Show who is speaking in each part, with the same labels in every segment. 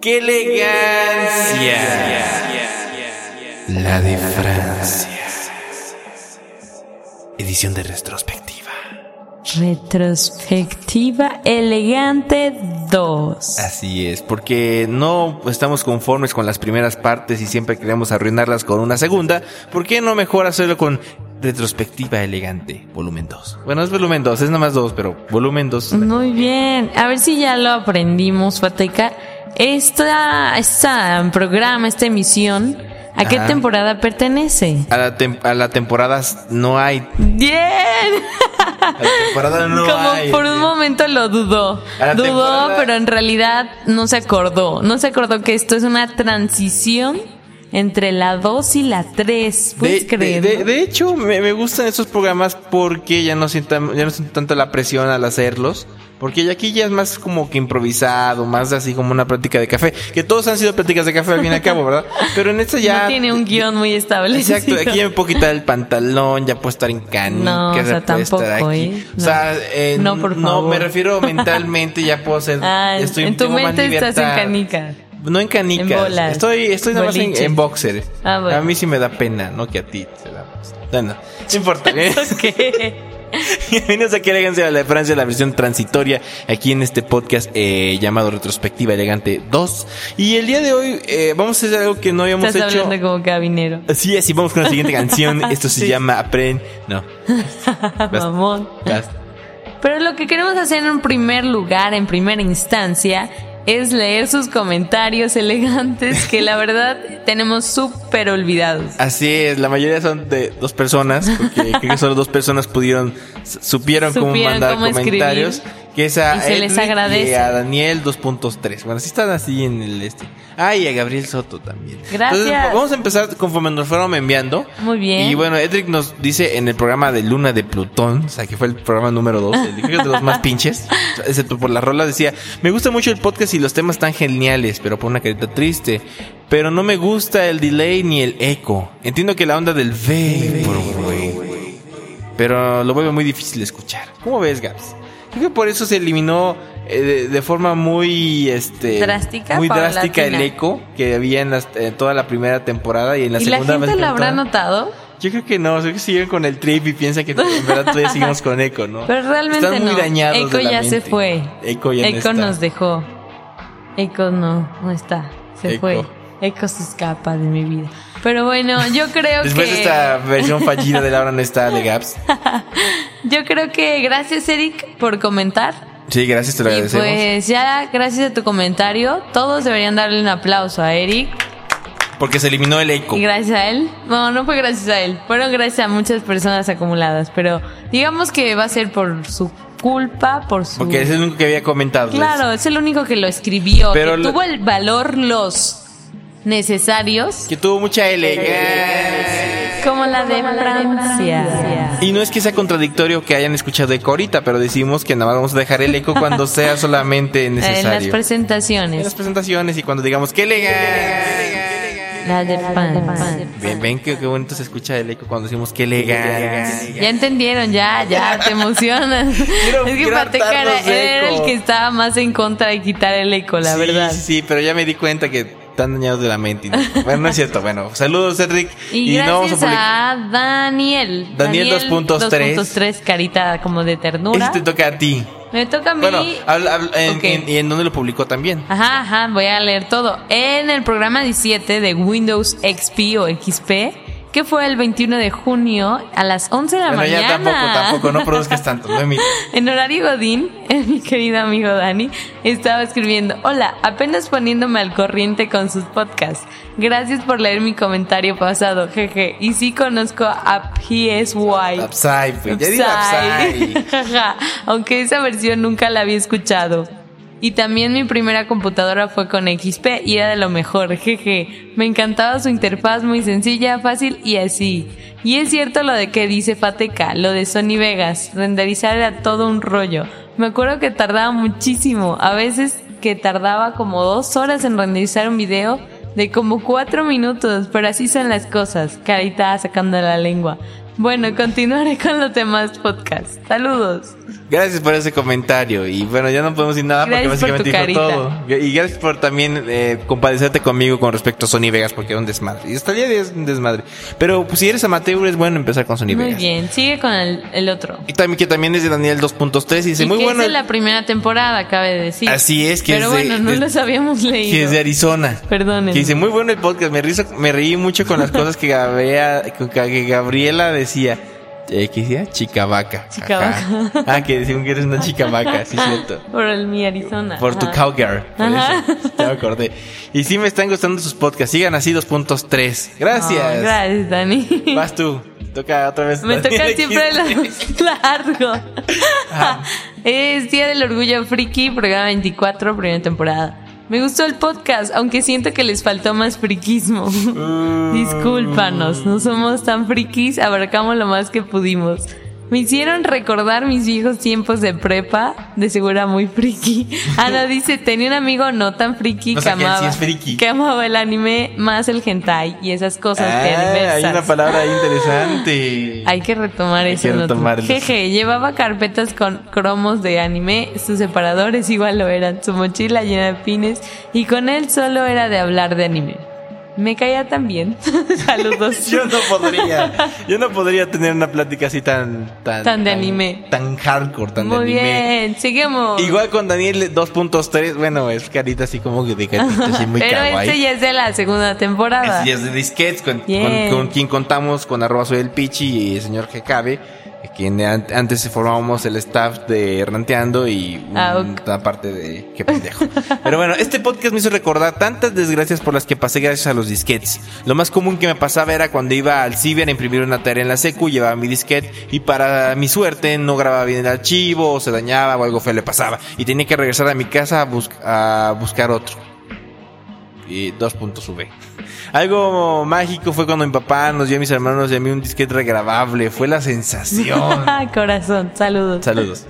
Speaker 1: ¡Qué elegancia! La de Francia. Edición de retrospectiva.
Speaker 2: Retrospectiva Elegante 2.
Speaker 1: Así es, porque no estamos conformes con las primeras partes y siempre queremos arruinarlas con una segunda. ¿Por qué no mejor hacerlo con retrospectiva elegante, volumen 2? Bueno, es volumen 2, es nada más 2, pero volumen 2.
Speaker 2: Muy bien. A ver si ya lo aprendimos, Fateca. Esta, esta programa, esta emisión, ¿a qué
Speaker 1: Ajá.
Speaker 2: temporada pertenece?
Speaker 1: A la, tem- a la temporada s- no hay.
Speaker 2: ¡Bien!
Speaker 1: A la temporada no
Speaker 2: Como
Speaker 1: hay.
Speaker 2: por un momento lo dudó.
Speaker 1: A la
Speaker 2: Dudó,
Speaker 1: temporada-
Speaker 2: pero en realidad no se acordó. No se acordó que esto es una transición entre la 2 y la 3. ¿Puedes
Speaker 1: de,
Speaker 2: creer?
Speaker 1: de- de- de hecho, me, me gustan estos programas porque ya no, sientan, ya no siento tanto la presión al hacerlos. Porque ya aquí ya es más como que improvisado, más así como una práctica de café. Que todos han sido prácticas de café al fin y al cabo, ¿verdad? Pero en esta ya.
Speaker 2: no tiene un guión muy establecido.
Speaker 1: Exacto, aquí ya me puedo quitar el pantalón, ya puedo estar en canicas,
Speaker 2: No, o
Speaker 1: ya
Speaker 2: sea,
Speaker 1: puedo estar
Speaker 2: tampoco,
Speaker 1: aquí.
Speaker 2: ¿eh?
Speaker 1: O sea,
Speaker 2: No.
Speaker 1: eh,
Speaker 2: No, por
Speaker 1: no,
Speaker 2: favor.
Speaker 1: me refiero mentalmente, ya puedo ser.
Speaker 2: Ah, en-
Speaker 1: estoy-
Speaker 2: en tu
Speaker 1: tengo más
Speaker 2: mente estás en
Speaker 1: libertad.
Speaker 2: canica.
Speaker 1: No en canicas.
Speaker 2: En bolas.
Speaker 1: Estoy, estoy nada más en,
Speaker 2: Boliche.
Speaker 1: en boxer.
Speaker 2: Ah, bueno.
Speaker 1: A mí sí me da pena, no que a ti te da. Bueno, no importa. ¿eh?
Speaker 2: Ok.
Speaker 1: Bienvenidos aquí a Elegancia de la Francia, la versión transitoria, aquí en este podcast eh, llamado Retrospectiva Elegante 2. Y el día de hoy eh, vamos a hacer algo que no habíamos
Speaker 2: Estás
Speaker 1: hecho.
Speaker 2: hablando como cabinero.
Speaker 1: Así es, y vamos con la siguiente canción. Esto se
Speaker 2: Sí.
Speaker 1: llama Aprend... No.
Speaker 2: Mamón.
Speaker 1: basta.
Speaker 2: Pero lo que queremos hacer en primer lugar, en primera instancia, es leer sus comentarios elegantes que la verdad tenemos súper olvidados.
Speaker 1: Así es, la mayoría son de dos personas, porque creo que solo dos personas pudieron, s- supieron, cómo
Speaker 2: Supieron
Speaker 1: mandar
Speaker 2: cómo escribir.
Speaker 1: comentarios. Que es a
Speaker 2: Y se les
Speaker 1: Edric Y
Speaker 2: agradece.
Speaker 1: a Daniel 2.3. Bueno, sí están así en el este. Ah, y a Gabriel Soto también.
Speaker 2: Gracias.
Speaker 1: vamos a empezar conforme nos fueron enviando.
Speaker 2: Muy bien.
Speaker 1: Y bueno, Edric nos dice en el programa de Luna de Plutón, o sea, que fue el programa número 2, el creo que es de los más pinches, excepto por la rola, decía, me gusta mucho el podcast y los temas tan geniales, pero por una carita triste. Pero no me gusta el delay ni el eco. Entiendo que la onda del vapor, güey. Pero lo vuelve muy difícil de escuchar. ¿Cómo ves, Gaps? Creo que por eso se eliminó eh, de, de forma muy este
Speaker 2: Drástica,
Speaker 1: muy drástica el
Speaker 2: paulatina.
Speaker 1: eco que había en, las- en toda la primera temporada y en la
Speaker 2: ¿Y la
Speaker 1: segunda vez
Speaker 2: gente
Speaker 1: que
Speaker 2: lo habrá
Speaker 1: entraron-
Speaker 2: notado?
Speaker 1: yo creo que no, creo que siguen con el trip y piensan que en verdad todavía seguimos con Echo, ¿no?
Speaker 2: Pero realmente
Speaker 1: Están muy
Speaker 2: no.
Speaker 1: dañados
Speaker 2: Echo
Speaker 1: de la
Speaker 2: ya se
Speaker 1: mente.
Speaker 2: fue.
Speaker 1: Echo ya no
Speaker 2: Echo
Speaker 1: está.
Speaker 2: nos dejó. Echo no, no está. Se
Speaker 1: Echo.
Speaker 2: fue. Echo se escapa de mi vida. Pero bueno, yo creo
Speaker 1: Después
Speaker 2: que.
Speaker 1: de esta versión fallida de Laura no está de Gaps.
Speaker 2: Yo creo que gracias, Eric, por comentar.
Speaker 1: Sí, gracias, te lo
Speaker 2: Y
Speaker 1: agradecemos.
Speaker 2: pues ya, gracias a tu comentario, todos deberían darle un aplauso a Eric.
Speaker 1: Porque se eliminó el Echo.
Speaker 2: Y gracias a él. No, no fue gracias a él. Fueron gracias a muchas personas acumuladas. Pero digamos que va a ser por su culpa, por su.
Speaker 1: Porque es el único que había comentado.
Speaker 2: Claro, es el único que lo escribió.
Speaker 1: Pero
Speaker 2: que
Speaker 1: lo-
Speaker 2: tuvo el valor los necesarios.
Speaker 1: Que tuvo mucha elegancia.
Speaker 2: Como la de Francia.
Speaker 1: Y no es que sea contradictorio que hayan escuchado Echo ahorita, pero decimos que nada más vamos a dejar el Echo cuando sea solamente
Speaker 2: En Eh, las
Speaker 1: necesario. En las
Speaker 2: presentaciones.
Speaker 1: presentaciones y cuando digamos que elegancia.
Speaker 2: La de Francia.
Speaker 1: Ven, ven que qué bonito se escucha el eco cuando decimos que elegancia.
Speaker 2: Ya entendieron, ya, ya, te emocionas.
Speaker 1: Quiero-
Speaker 2: es que
Speaker 1: quiero
Speaker 2: Pateca era,
Speaker 1: hartarnos de
Speaker 2: era el
Speaker 1: eco.
Speaker 2: que estaba más en contra de quitar el eco, la
Speaker 1: sí,
Speaker 2: verdad.
Speaker 1: Sí, sí, pero ya me di cuenta que están dañados de la mente. y no- Bueno, no es cierto. Bueno, saludos, Enric.
Speaker 2: Y, gracias a, Daniel.
Speaker 1: Daniel 2.3.
Speaker 2: 2.3, carita como de
Speaker 1: Ese
Speaker 2: ternura.
Speaker 1: te toca a ti.
Speaker 2: Me toca a mí.
Speaker 1: Este Bueno, habla- habla- en-
Speaker 2: Ok.
Speaker 1: en- y en dónde lo publicó también.
Speaker 2: Ajá, ajá, voy a leer todo. En el programa 17 de Windows XP o XP, que fue el 21 de junio a las 11 de la
Speaker 1: bueno,
Speaker 2: Ah, mañana.
Speaker 1: ya tampoco, tampoco, no produzcas tanto. No emitas.
Speaker 2: En horario Godín, mi querido amigo Dani estaba escribiendo, hola, apenas poniéndome al corriente con sus podcasts. Gracias por leer mi comentario pasado, jeje. Y sí conozco a PSY.
Speaker 1: Upside, pues, ya dile
Speaker 2: Upside.
Speaker 1: upside.
Speaker 2: Jaja, Aunque esa versión nunca la había escuchado. Y también mi primera computadora fue con XP y era de lo mejor, jeje. Me encantaba su interfaz muy sencilla, fácil y así. Y es cierto lo de que dice Fateca, lo de Sony Vegas, renderizar era todo un rollo. Me acuerdo que tardaba muchísimo, a veces que tardaba como dos horas en renderizar un video de como cuatro minutos, pero así son las cosas, carita sacando la lengua. Bueno, continuaré con los demás podcasts. Saludos.
Speaker 1: Gracias por ese comentario. Y bueno, ya no podemos decir nada
Speaker 2: Gracias
Speaker 1: porque
Speaker 2: por tu
Speaker 1: básicamente dijo
Speaker 2: carita.
Speaker 1: todo. Y gracias por también eh, compadecerte conmigo con respecto a Sony Vegas porque era un desmadre. Y hasta el día de hoy es un desmadre. Pero pues, si eres amateur es bueno empezar con Sony
Speaker 2: Muy
Speaker 1: Vegas.
Speaker 2: bien, sigue con el, el otro.
Speaker 1: Y también que también es de Daniel 2.3 y dice
Speaker 2: Y
Speaker 1: muy
Speaker 2: que
Speaker 1: bueno.
Speaker 2: es de la primera temporada, cabe decir.
Speaker 1: Así es, que es
Speaker 2: Pero
Speaker 1: de-
Speaker 2: bueno, no
Speaker 1: de-
Speaker 2: los habíamos leído.
Speaker 1: que es de Arizona.
Speaker 2: Perdónenme.
Speaker 1: Que dice, muy bueno el podcast. Me, rizo- me reí mucho con las cosas que, Gabriela, que Gabriela decía. Eh, ¿Qué decía? Chica vaca.
Speaker 2: Chica
Speaker 1: Ajá. Ah, que decían que eres una chica vaca, sí, cierto.
Speaker 2: Por el mi Arizona. Ah.
Speaker 1: Por tu
Speaker 2: Ajá.
Speaker 1: cowgirl. Por
Speaker 2: Ajá.
Speaker 1: eso. Ya me acordé. Y sí me están gustando sus podcasts. Sigan así 2.3. Gracias.
Speaker 2: Oh, gracias, Dani.
Speaker 1: Vas tú. Te Toca otra vez.
Speaker 2: Me toca
Speaker 1: Daniel
Speaker 2: siempre
Speaker 1: XD.
Speaker 2: los largos. es Día del Orgullo Friki, programa 24, primera temporada. Me gustó el podcast, aunque siento que les faltó más friquismo.
Speaker 1: Uh.
Speaker 2: Discúlpanos, no somos tan frikis, abarcamos lo más que pudimos. Me hicieron recordar mis viejos tiempos de prepa, de segura muy friki. Ana dice, tenía un amigo no tan friki
Speaker 1: O
Speaker 2: que
Speaker 1: sea, que él sí
Speaker 2: amaba,
Speaker 1: es friki.
Speaker 2: que amaba el anime más el hentai y esas cosas
Speaker 1: Ah,
Speaker 2: que
Speaker 1: hay una
Speaker 2: diversas.
Speaker 1: palabra ahí interesante.
Speaker 2: Hay que retomar
Speaker 1: Hay
Speaker 2: eso.
Speaker 1: que
Speaker 2: ¿no?
Speaker 1: retomarlos.
Speaker 2: Jeje, llevaba carpetas con cromos de anime, sus separadores igual lo eran, su mochila llena de pines y con él solo era de hablar de anime. Me caía tan bien. Saludos.
Speaker 1: Yo no podría. Yo no podría tener una plática así tan. Tan,
Speaker 2: Tan de anime.
Speaker 1: Tan hardcore, tan
Speaker 2: Muy
Speaker 1: de anime.
Speaker 2: bien, seguimos.
Speaker 1: Igual con Daniel 2.3. Bueno, es carita así como que de carita así muy
Speaker 2: Pero
Speaker 1: kawaii.
Speaker 2: este ya es de la segunda temporada.
Speaker 1: Así es de disquets con,
Speaker 2: Bien.
Speaker 1: con, con quien contamos con arroba soy el pichi y el señor Jecabe, quien an- antes formábamos el staff de Ranteando y
Speaker 2: Ah,
Speaker 1: un-
Speaker 2: ok.
Speaker 1: una parte de qué pendejo. Pero bueno, este podcast me hizo recordar tantas desgracias por las que pasé gracias a los disquets. Lo más común que me pasaba era cuando iba al ciber a imprimir una tarea en la secu, llevaba mi disquete y para mi suerte no grababa bien el archivo o se dañaba o algo feo le pasaba y tenía que regresar a mi casa a, bus- a buscar otro y dos puntos V. Algo mágico fue cuando mi papá nos dio a mis hermanos y a mí un disquete regrabable. Fue la sensación.
Speaker 2: Ah, Corazón, saludos.
Speaker 1: Saludos.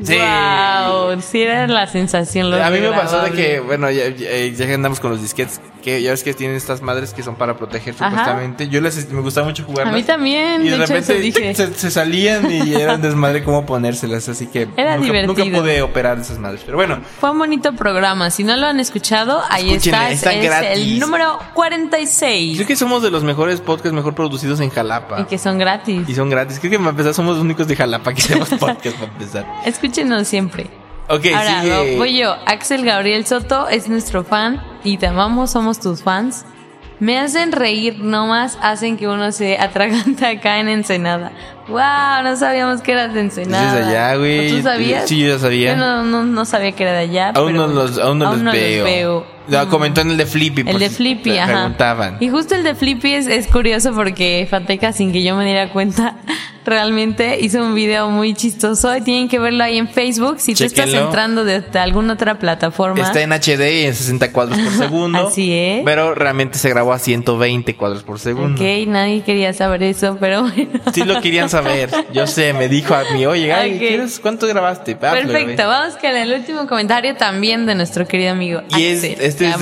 Speaker 1: oh. Sí.
Speaker 2: Wow, sí era la sensación. lo
Speaker 1: A mí me pasó de
Speaker 2: grabable.
Speaker 1: que, bueno, ya, ya- ya que andamos con los disquetes, que ya ves que tienen estas madres que son para proteger
Speaker 2: Ajá.
Speaker 1: supuestamente. Yo las, me gustaba mucho
Speaker 2: A
Speaker 1: jugarlas.
Speaker 2: mí también,
Speaker 1: Y de
Speaker 2: de hecho, eso
Speaker 1: repente
Speaker 2: dije.
Speaker 1: se, se salían y era un desmadre cómo ponérselas, así que
Speaker 2: Era
Speaker 1: nunca, nunca
Speaker 2: divertido.
Speaker 1: pude operar esas madres. Pero bueno,
Speaker 2: Fue un bonito programa. Si no lo han escuchado, ahí
Speaker 1: Escúchenlo,
Speaker 2: está.
Speaker 1: está
Speaker 2: es
Speaker 1: gratis.
Speaker 2: el número
Speaker 1: creo
Speaker 2: 46.
Speaker 1: que somos de los mejores podcasts mejor producidos en Jalapa.
Speaker 2: Y que son gratis.
Speaker 1: Y son gratis. Creo que para empezar somos los únicos de Jalapa que hacemos podcast para empezar.
Speaker 2: Escúchenos siempre.
Speaker 1: Ok,
Speaker 2: Ahora,
Speaker 1: sigue.
Speaker 2: no, voy yo. Axel Gabriel Soto es nuestro fan y te amamos, somos tus fans. Me hacen reír, nomás hacen que uno se atraganta acá en Ensenada. ¡Wow! No sabíamos que eras de Ensenada.
Speaker 1: Pues Es de allá, güey.
Speaker 2: ¿Tú sabías?
Speaker 1: Sí, yo ya sabía.
Speaker 2: Yo no, no, no sabía que era de allá.
Speaker 1: Aún
Speaker 2: pero
Speaker 1: no los, aún no los veo. Ya,
Speaker 2: Mm.
Speaker 1: comentó en el de Flippy. por
Speaker 2: El de
Speaker 1: si
Speaker 2: Flippy,
Speaker 1: te
Speaker 2: ajá.
Speaker 1: Preguntaban.
Speaker 2: Y justo el de Flippy es, es curioso porque Fateca, sin que yo me diera cuenta, realmente hizo un video muy chistoso y tienen que verlo ahí en Facebook. Si tú estás
Speaker 1: Chéquenlo.
Speaker 2: entrando desde alguna otra plataforma.
Speaker 1: Está en HD y en 60 cuadros por segundo.
Speaker 2: Así es.
Speaker 1: Pero realmente se grabó a 120 cuadros por segundo.
Speaker 2: Ok, nadie quería saber eso, pero bueno.
Speaker 1: Sí lo querían saber. Yo sé, me dijo a mí, oye, ay,
Speaker 2: Ok.
Speaker 1: ¿quieres- ¿cuánto grabaste? Ah, pues lo grabé.
Speaker 2: Perfecto, vamos con el último comentario también de nuestro querido amigo.
Speaker 1: Y es,
Speaker 2: Axel
Speaker 1: este es
Speaker 2: Gabriel.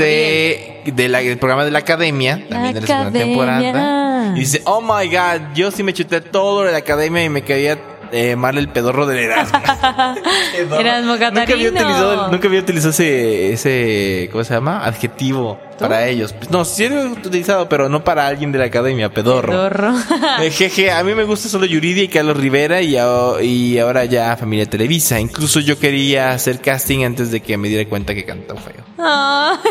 Speaker 1: de, de la- del programa de la academia, también de la segunda
Speaker 2: Academia.
Speaker 1: temporada. Y dice, oh my god, yo sí me chuté todo lo de la academia y me quería eh, mal el pedorro del Erasmo. Pedorro.
Speaker 2: Erasmo
Speaker 1: este Nunca había
Speaker 2: Catarino.
Speaker 1: utilizado, nunca había utilizado ese, ese, ¿cómo se llama? Adjetivo para ellos. Pues, no, sí lo he utilizado, pero no para alguien de la academia, pedorro.
Speaker 2: Dorro.
Speaker 1: Eh, jeje, a mí me gusta solo Yuridia y Carlos Rivera y, a- y ahora ya Familia Televisa. Incluso yo quería hacer casting antes de que me diera cuenta que cantaba feo.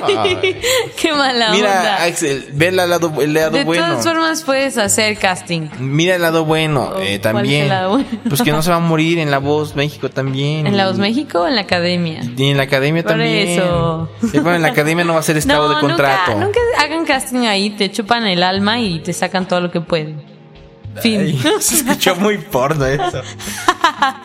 Speaker 2: Ay, qué mala onda.
Speaker 1: Mira, Axel, ve el lado, el lado
Speaker 2: de
Speaker 1: bueno.
Speaker 2: todas formas puedes hacer casting.
Speaker 1: Mira el lado bueno
Speaker 2: Oh,
Speaker 1: eh,
Speaker 2: ¿cuál es
Speaker 1: también.
Speaker 2: el lado bueno?
Speaker 1: Pues que no se va a morir en La Voz México también.
Speaker 2: ¿En la Voz México o en la academia?
Speaker 1: Y en la academia
Speaker 2: Por
Speaker 1: también.
Speaker 2: eso.
Speaker 1: Eh, bueno, en la academia no va a ser esclavo de contrato.
Speaker 2: Nunca, nunca hagan casting ahí, te chupan el alma y te sacan todo lo que pueden. Fin.
Speaker 1: Ay, se escuchó muy porno eso.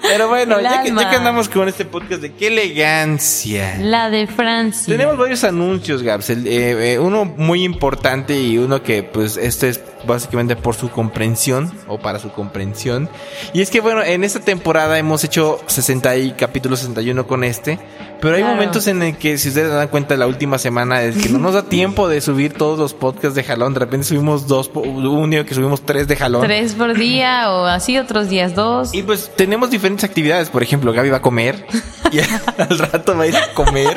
Speaker 1: Pero bueno,
Speaker 2: El
Speaker 1: ya que, ya
Speaker 2: alma.
Speaker 1: que andamos con este podcast de qué elegancia.
Speaker 2: La de Francia.
Speaker 1: Tenemos varios anuncios, Gaps. El, eh, eh, uno muy importante y uno que, pues, este es básicamente por su comprensión o para su comprensión. Y es que, bueno, en esta temporada hemos hecho 60 y capítulo 61 con este. Pero hay
Speaker 2: Claro.
Speaker 1: momentos en el que, si ustedes se dan cuenta, la última semana es que no nos da tiempo de subir todos los podcasts de jalón. De repente subimos dos, po- hubo un día que subimos tres de jalón.
Speaker 2: Tres por día o así, otros días dos.
Speaker 1: Y pues tenemos diferentes actividades. Por ejemplo, Gaby va a comer. Y al rato va a ir a comer.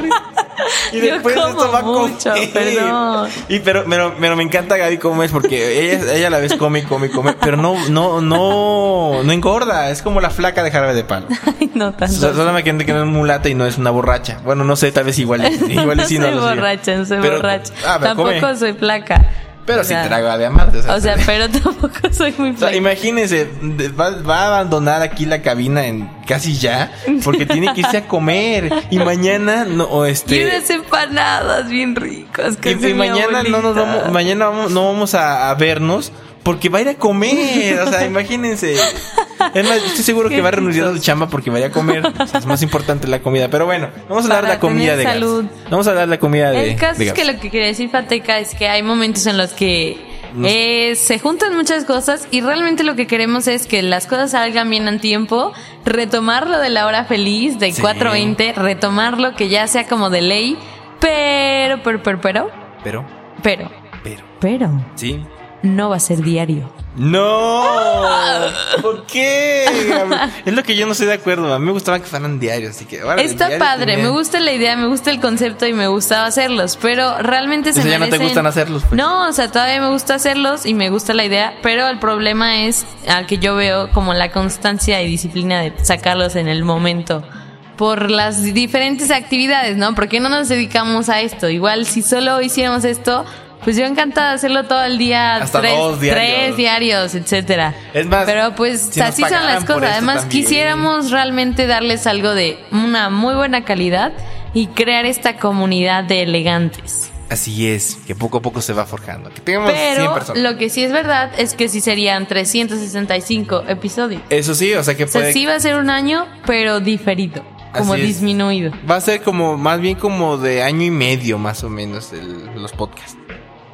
Speaker 1: Y
Speaker 2: Yo como mucho, perdón.
Speaker 1: Y pero, pero, pero me encanta Gaby cómo es porque ella, ella a la vez come, come, come. Pero no, no, no, no engorda. Es como la flaca de jarabe de palo.
Speaker 2: Ay, no
Speaker 1: O
Speaker 2: tanto.
Speaker 1: sea, Solamente que, que no es mulata y no es una borracha. Bueno, no sé, tal vez igual, es- igual y sí, no
Speaker 2: soy
Speaker 1: lo sé.
Speaker 2: borracha, no soy
Speaker 1: Pero-
Speaker 2: borracha.
Speaker 1: ah, pero
Speaker 2: tampoco
Speaker 1: come.
Speaker 2: soy placa.
Speaker 1: Pero
Speaker 2: O
Speaker 1: sí
Speaker 2: sea,
Speaker 1: trago de amarte.
Speaker 2: O sea, pero tampoco soy muy
Speaker 1: O sea,
Speaker 2: flaca.
Speaker 1: imagínense, de- va, va a abandonar aquí la cabina en casi ya, porque tiene que irse a comer. Y mañana no, o
Speaker 2: Y
Speaker 1: este.
Speaker 2: unas empanadas bien ricas.
Speaker 1: Y,
Speaker 2: Que hace
Speaker 1: y
Speaker 2: mi
Speaker 1: mañana no nos
Speaker 2: abuelita.
Speaker 1: vamos, mañana vamos- no vamos a, a vernos porque va a ir a comer. O sea, imagínense. Es más, estoy seguro
Speaker 2: Qué
Speaker 1: que va a renunciar a su
Speaker 2: chistoso.
Speaker 1: chamba porque vaya a comer. O sea, es más importante la comida. Pero bueno, vamos a hablar de
Speaker 2: Para
Speaker 1: la comida
Speaker 2: tener
Speaker 1: de Gaps.
Speaker 2: salud.
Speaker 1: Vamos a hablar de la comida de
Speaker 2: El caso
Speaker 1: de
Speaker 2: es que
Speaker 1: Gaps.
Speaker 2: lo que quería decir Pateca es que hay momentos en los que
Speaker 1: Nos-
Speaker 2: eh, se juntan muchas cosas y realmente lo que queremos es que las cosas salgan bien a tiempo, retomar lo de la hora feliz de
Speaker 1: Sí.
Speaker 2: 4.20, retomar lo que ya sea como de ley, pero, pero, pero, pero,
Speaker 1: Pero,
Speaker 2: pero,
Speaker 1: pero,
Speaker 2: pero,
Speaker 1: sí.
Speaker 2: no va a ser diario.
Speaker 1: No, ¿por qué? Gabriel? Es lo que yo no estoy de acuerdo. A mí me gustaba que fueran diarios, así que ahora,
Speaker 2: Está
Speaker 1: diario
Speaker 2: padre,
Speaker 1: tenía-
Speaker 2: me gusta la idea, me gusta el concepto y me gustaba hacerlos, pero realmente se
Speaker 1: Entonces ya no te
Speaker 2: merecen-
Speaker 1: gustan hacerlos, pues.
Speaker 2: No, o sea, todavía me gusta hacerlos y me gusta la idea, pero el problema es al que yo veo como la constancia y disciplina de sacarlos en el momento por las diferentes actividades, ¿no? Porque no nos dedicamos a esto. Igual si solo hiciéramos esto, pues yo encantada de hacerlo todo el día,
Speaker 1: Hasta
Speaker 2: tres,
Speaker 1: dos diarios.
Speaker 2: tres diarios, etcétera.
Speaker 1: Es más,
Speaker 2: pero pues
Speaker 1: si nos
Speaker 2: así son las
Speaker 1: pagaran por
Speaker 2: cosas.
Speaker 1: esto
Speaker 2: Además
Speaker 1: también.
Speaker 2: quisiéramos queremos realmente darles algo de una muy buena calidad y crear esta comunidad de elegantes.
Speaker 1: Así es, que poco a poco se va forjando. Que tengamos 100
Speaker 2: Pero
Speaker 1: personas.
Speaker 2: lo que sí es verdad es que sí serían 365 episodios.
Speaker 1: Eso sí, o sea que
Speaker 2: O sea,
Speaker 1: puede.
Speaker 2: sí va a ser un año, pero diferido, como
Speaker 1: Así es.
Speaker 2: disminuido.
Speaker 1: Va a ser como, más bien como de año y medio, más o menos, el- los podcasts.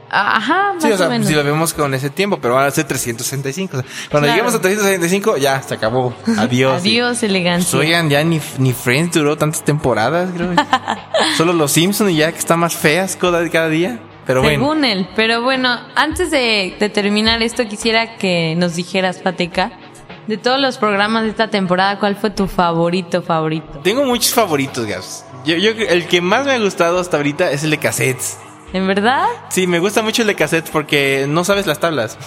Speaker 2: Ajá, más
Speaker 1: Sí, o
Speaker 2: o
Speaker 1: sea,
Speaker 2: menos.
Speaker 1: si lo vemos con ese tiempo, pero van a ser 365. O sea, cuando
Speaker 2: Claro.
Speaker 1: lleguemos a 365, ya se acabó. Adiós.
Speaker 2: Adiós, elegancia.
Speaker 1: Pues, Oigan, ya ni, ni Friends duró tantas temporadas, creo. Solo los Simpsons y ya que está más feas cada, cada día. Pero bueno.
Speaker 2: Según él. Pero bueno, antes de, de terminar esto, quisiera que nos dijeras, Pateca, de todos los programas de esta temporada, ¿cuál fue tu favorito, favorito?
Speaker 1: Tengo muchos favoritos, Gabs. Yo, yo- el que más me ha gustado hasta ahorita es el de cassettes.
Speaker 2: ¿En verdad?
Speaker 1: Sí, me gusta mucho el de cassettes porque no sabes las tablas.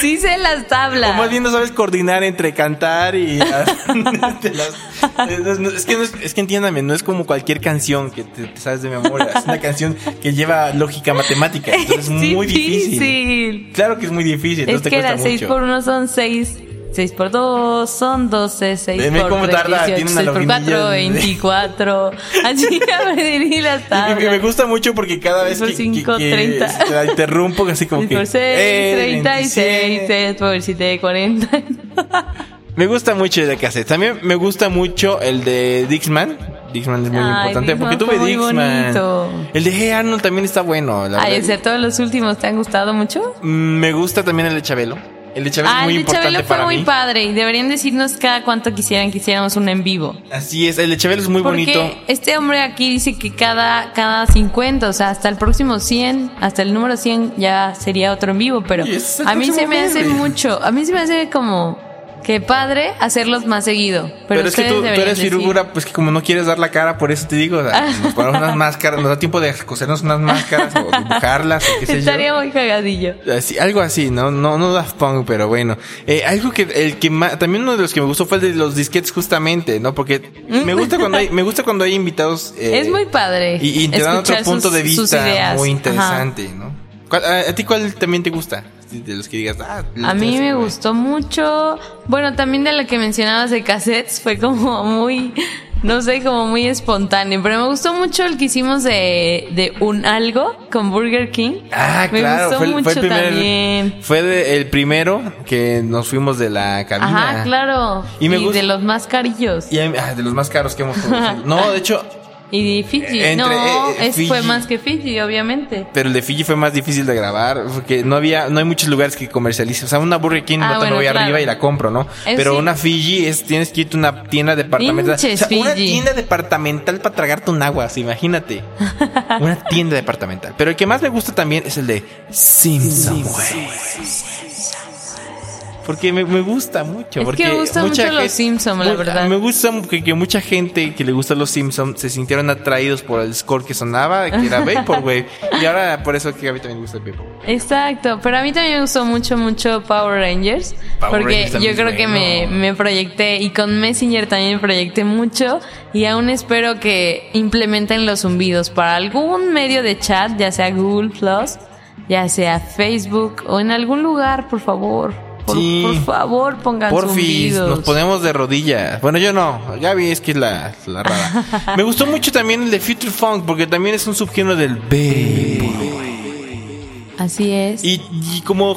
Speaker 2: Sí sé las
Speaker 1: O más
Speaker 2: tablas.
Speaker 1: bien no sabes coordinar entre cantar y... este, las- es, no- es que, no es, es que entiéndame, no es como cualquier canción que te, te sabes de memoria. Es una canción que lleva lógica matemática. Entonces es muy difícil.
Speaker 2: difícil.
Speaker 1: Claro que es muy difícil,
Speaker 2: Es
Speaker 1: entonces
Speaker 2: que
Speaker 1: te cuesta
Speaker 2: las 6
Speaker 1: mucho.
Speaker 2: por 1 son 6. 6 por 2 son 12, 6
Speaker 1: Ve
Speaker 2: por
Speaker 1: cómo
Speaker 2: 3,
Speaker 1: tarda,
Speaker 2: 18,
Speaker 1: tiene una
Speaker 2: 6 por 4,
Speaker 1: lagunilla de-
Speaker 2: 24. Así que aprendí las
Speaker 1: Y me, me
Speaker 2: tablas.
Speaker 1: gusta mucho porque cada vez
Speaker 2: Por
Speaker 1: que, que-
Speaker 2: cinco,
Speaker 1: que
Speaker 2: treinta.
Speaker 1: la interrumpo, así como
Speaker 2: 6
Speaker 1: que.
Speaker 2: por 6,
Speaker 1: "Eh,
Speaker 2: 36,
Speaker 1: 27".
Speaker 2: 6 por 7, 40.
Speaker 1: Me gusta mucho el de cassette. También me gusta mucho el de Dixman. Dixman es muy
Speaker 2: Ay,
Speaker 1: importante
Speaker 2: Dixman
Speaker 1: porque
Speaker 2: fue
Speaker 1: tuve
Speaker 2: muy
Speaker 1: Dixman.
Speaker 2: bonito. Ah,
Speaker 1: El de Hey Arnold también está bueno. La
Speaker 2: Ay,
Speaker 1: verdad.
Speaker 2: excepto los últimos, ¿te han gustado mucho?
Speaker 1: Mm, Me gusta también el de Chabelo. El de Chabelo es
Speaker 2: Ah,
Speaker 1: muy
Speaker 2: el de
Speaker 1: importante
Speaker 2: Chabelo fue
Speaker 1: para
Speaker 2: muy
Speaker 1: mí.
Speaker 2: padre y deberían decirnos cada cuánto quisieran que hiciéramos un en vivo.
Speaker 1: Así es, el de Chabelo es muy
Speaker 2: Porque
Speaker 1: bonito.
Speaker 2: este hombre aquí dice que cada, cada 50, o sea, hasta el próximo 100, hasta el número 100 ya sería otro en vivo, pero
Speaker 1: Oye, ese es el
Speaker 2: a mí se
Speaker 1: próximo
Speaker 2: me hace
Speaker 1: meme.
Speaker 2: mucho, a mí se me hace como que padre hacerlos más seguido. Pero,
Speaker 1: Pero, es que
Speaker 2: ustedes
Speaker 1: tú, tú
Speaker 2: deberían
Speaker 1: eres
Speaker 2: decir-
Speaker 1: figura, pues que como no quieres dar la cara, por eso te digo, o sea, nos ponemos unas máscaras, nos da tiempo de cosernos unas máscaras o dibujarlas o qué sé yo.
Speaker 2: Estaría muy cagadillo.
Speaker 1: Así, algo así, no, no, no Daft Punk, pero bueno. Eh, algo que, el que ma- también uno de los que me gustó fue el de los disquetes justamente, ¿no? Porque me gusta cuando hay, me gusta cuando hay invitados. eh,
Speaker 2: Mm. es muy padre.
Speaker 1: Y, y te dan otro
Speaker 2: escuchar
Speaker 1: punto
Speaker 2: sus-
Speaker 1: de
Speaker 2: sus
Speaker 1: vista
Speaker 2: ideas.
Speaker 1: muy
Speaker 2: Ajá.
Speaker 1: interesante, ¿no? ¿Cuál- a, a ti cuál también te gusta? De los que digas, ah,
Speaker 2: A mí
Speaker 1: este,
Speaker 2: me
Speaker 1: güey.
Speaker 2: gustó mucho. Bueno, también de la que mencionabas de cassettes fue como muy no sé, como muy espontáneo. Pero me gustó mucho el que hicimos de, de un algo con Burger King.
Speaker 1: Ah,
Speaker 2: me
Speaker 1: claro,
Speaker 2: gustó
Speaker 1: fue, el-
Speaker 2: mucho
Speaker 1: fue el primer-
Speaker 2: también.
Speaker 1: fue de- el primero que nos fuimos de la cabina.
Speaker 2: Ajá, claro.
Speaker 1: Y
Speaker 2: Y,
Speaker 1: me gusta-
Speaker 2: de los más carillos.
Speaker 1: Y, ah, de los más caros que hemos producido. No, de hecho,
Speaker 2: Y Fiji.
Speaker 1: Entre-
Speaker 2: no,
Speaker 1: eh, eh,
Speaker 2: es- fue
Speaker 1: Fiji.
Speaker 2: más que Fiji, obviamente.
Speaker 1: pero el de Fiji fue más difícil de grabar porque no había, no hay muchos lugares que comercialicen. O sea, una Burger King
Speaker 2: Ah,
Speaker 1: no te
Speaker 2: bueno,
Speaker 1: me voy
Speaker 2: claro.
Speaker 1: arriba y la compro, ¿no?
Speaker 2: Eso
Speaker 1: pero
Speaker 2: sí.
Speaker 1: una Fiji es, tienes que irte a una tienda departamental.
Speaker 2: Pinches
Speaker 1: o sea, una
Speaker 2: Fiji.
Speaker 1: tienda departamental para tragarte un agua, así, imagínate. una tienda departamental. Pero el que más me gusta también es el de Simpsonware. Porque me, me gusta mucho.
Speaker 2: Es que
Speaker 1: porque
Speaker 2: me gustan
Speaker 1: mucha
Speaker 2: mucho los
Speaker 1: gente-
Speaker 2: Simpson, la
Speaker 1: mu-
Speaker 2: verdad.
Speaker 1: Me gusta que, que mucha gente que le gusta los Simpsons se sintieron atraídos por el score que sonaba, que era Vaporwave. y ahora por eso que a mí también me gusta el Vaporwave.
Speaker 2: Exacto, pero a mí también me gustó mucho, mucho Power Rangers,
Speaker 1: Power
Speaker 2: porque
Speaker 1: Rangers también
Speaker 2: yo creo
Speaker 1: es
Speaker 2: que me,
Speaker 1: bueno.
Speaker 2: me proyecté y con Messenger también me proyecté mucho y aún espero que implementen los zumbidos para algún medio de chat, ya sea Google Plus, ya sea Facebook o en algún lugar, por favor. Por,
Speaker 1: Sí.
Speaker 2: por favor, pongan
Speaker 1: Porfis,
Speaker 2: zumbidos.
Speaker 1: nos ponemos de rodillas. Bueno, yo no. Gaby es que es la, la rara. me gustó mucho también el de Future Funk, porque también es un subgénero del Vaporwave.
Speaker 2: Así es.
Speaker 1: Y, y como,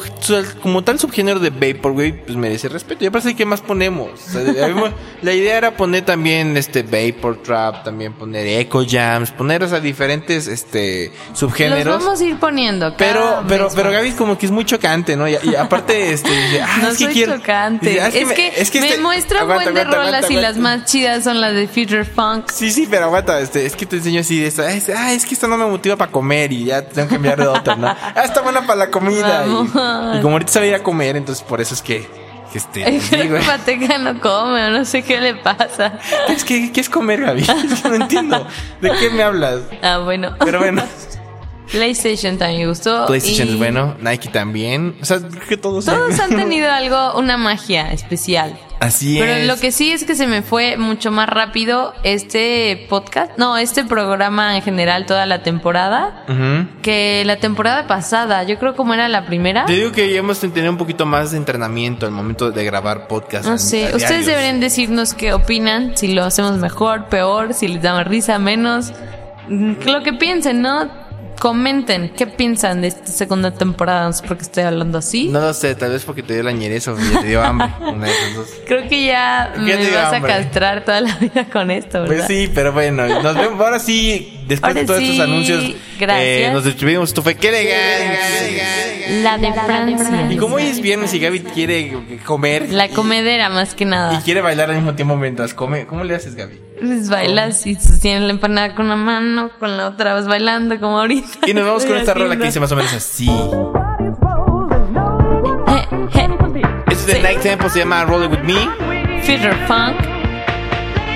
Speaker 1: como tal subgénero de Vaporwave, pues merece respeto. Ya parece que más ponemos. O sea, de- habíamos- la idea era poner también este Vapor Trap, también poner Echo Jams, poner, o sea, diferentes este,
Speaker 2: los
Speaker 1: subgéneros.
Speaker 2: vamos a ir poniendo.
Speaker 1: pero,
Speaker 2: cada
Speaker 1: pero,
Speaker 2: mes
Speaker 1: pero
Speaker 2: más.
Speaker 1: Gaby como que es muy chocante, ¿no? Y, y aparte, este, dice, ah,
Speaker 2: No
Speaker 1: es que
Speaker 2: soy
Speaker 1: quiero-
Speaker 2: chocante.
Speaker 1: dice, "Ah,
Speaker 2: es, que me
Speaker 1: este-
Speaker 2: muestra un
Speaker 1: aguanta,
Speaker 2: buen de
Speaker 1: aguanta,
Speaker 2: rolas
Speaker 1: aguanta,
Speaker 2: y las
Speaker 1: aguanta".
Speaker 2: más chidas son las de Future Funk.
Speaker 1: Sí, sí, pero aguanta, este, es que te enseño así de esta. Ah, es, ah, es que esta no me motiva para comer y ya tengo que cambiar de otra, ¿no? Ah, está buena para la comida. Y,
Speaker 2: Vamos.
Speaker 1: y como ahorita se va a ir a comer, entonces por eso es que, que este. les
Speaker 2: Creo
Speaker 1: digo,
Speaker 2: que Pateca no come, o no sé qué le pasa.
Speaker 1: es que, ¿qué es comer, Gaby? Es que no entiendo. ¿De qué me hablas?
Speaker 2: Ah, bueno.
Speaker 1: Pero bueno,
Speaker 2: PlayStation también me gustó.
Speaker 1: PlayStation
Speaker 2: Oh, y
Speaker 1: es bueno, Nike también. O sea, creo que todos.
Speaker 2: Todos han tenido algo, una magia especial.
Speaker 1: Así es.
Speaker 2: Pero lo que sí es que se me fue mucho más rápido este podcast, no, este programa en general, toda la temporada,
Speaker 1: Ujú.
Speaker 2: que la temporada pasada. Yo creo como era la primera.
Speaker 1: Te digo que ya hemos tenido un poquito más de entrenamiento al momento de grabar podcast.
Speaker 2: No
Speaker 1: a- a
Speaker 2: sé, Ah, ustedes
Speaker 1: diarios.
Speaker 2: deberían decirnos qué opinan, si lo hacemos mejor, peor, si les da más risa, menos. Mm, Lo que piensen, ¿no? Comenten, ¿qué piensan de esta segunda temporada? No sé por qué estoy hablando así.
Speaker 1: No lo sé, tal vez porque te dio la ñereza o ya te dio hambre. Una de esas dos.
Speaker 2: Creo que ya
Speaker 1: ¿Qué
Speaker 2: me
Speaker 1: te
Speaker 2: vas
Speaker 1: hambre?
Speaker 2: a castrar toda la vida con esto, ¿verdad?
Speaker 1: Pues sí, pero bueno, nos vemos ahora sí, después
Speaker 2: Ahora
Speaker 1: de todos
Speaker 2: sí,
Speaker 1: estos anuncios,
Speaker 2: gracias.
Speaker 1: eh, nos despedimos, esto fue ¡Qué legal!
Speaker 2: La de Francia.
Speaker 1: Y como hoy es viernes y Gaby quiere comer
Speaker 2: La
Speaker 1: y-
Speaker 2: comedera, más que
Speaker 1: y,
Speaker 2: nada.
Speaker 1: quiere bailar al mismo tiempo mientras come, ¿cómo le haces Gaby?
Speaker 2: Pues bailas y sostienes la empanada con una mano, con la otra vas bailando como ahorita.
Speaker 1: Y nos vamos con
Speaker 2: Estoy
Speaker 1: esta rola que dice
Speaker 2: haciendo.
Speaker 1: más o menos así.
Speaker 2: Eh, eh,
Speaker 1: Esto es de
Speaker 2: Sí.
Speaker 1: Night Temple, se llama Roll It With Me,
Speaker 2: Future Funk.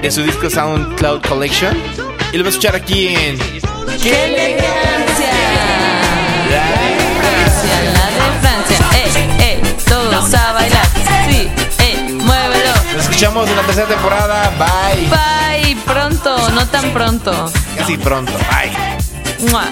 Speaker 1: de su disco SoundCloud Collection. Y lo vas a escuchar aquí en...
Speaker 2: ¡Qué elegancia! Francia, la de Francia. ¡Eh, eh! Todos a bailar. Sí, eh, muévelo.
Speaker 1: Nos escuchamos en la tercera temporada, bye.
Speaker 2: Bye, pronto, no tan pronto.
Speaker 1: Casi pronto, bye.
Speaker 2: Mua.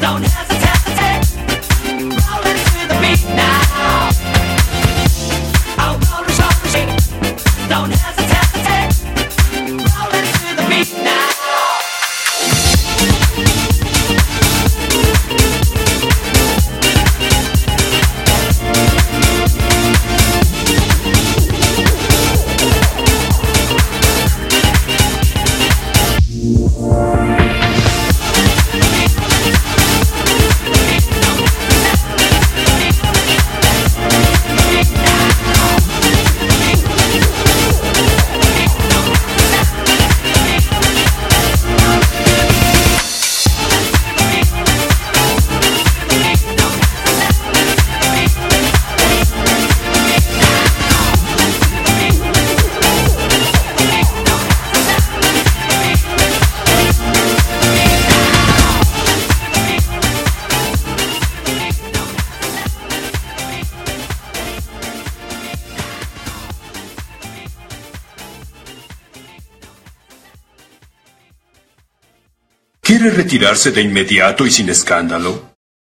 Speaker 3: Don't hesitate, rolling to the beat now. I'm gonna shock the shit. Don't hesitate, rolling to the beat now.
Speaker 4: ¿Quiere retirarse de inmediato y sin escándalo?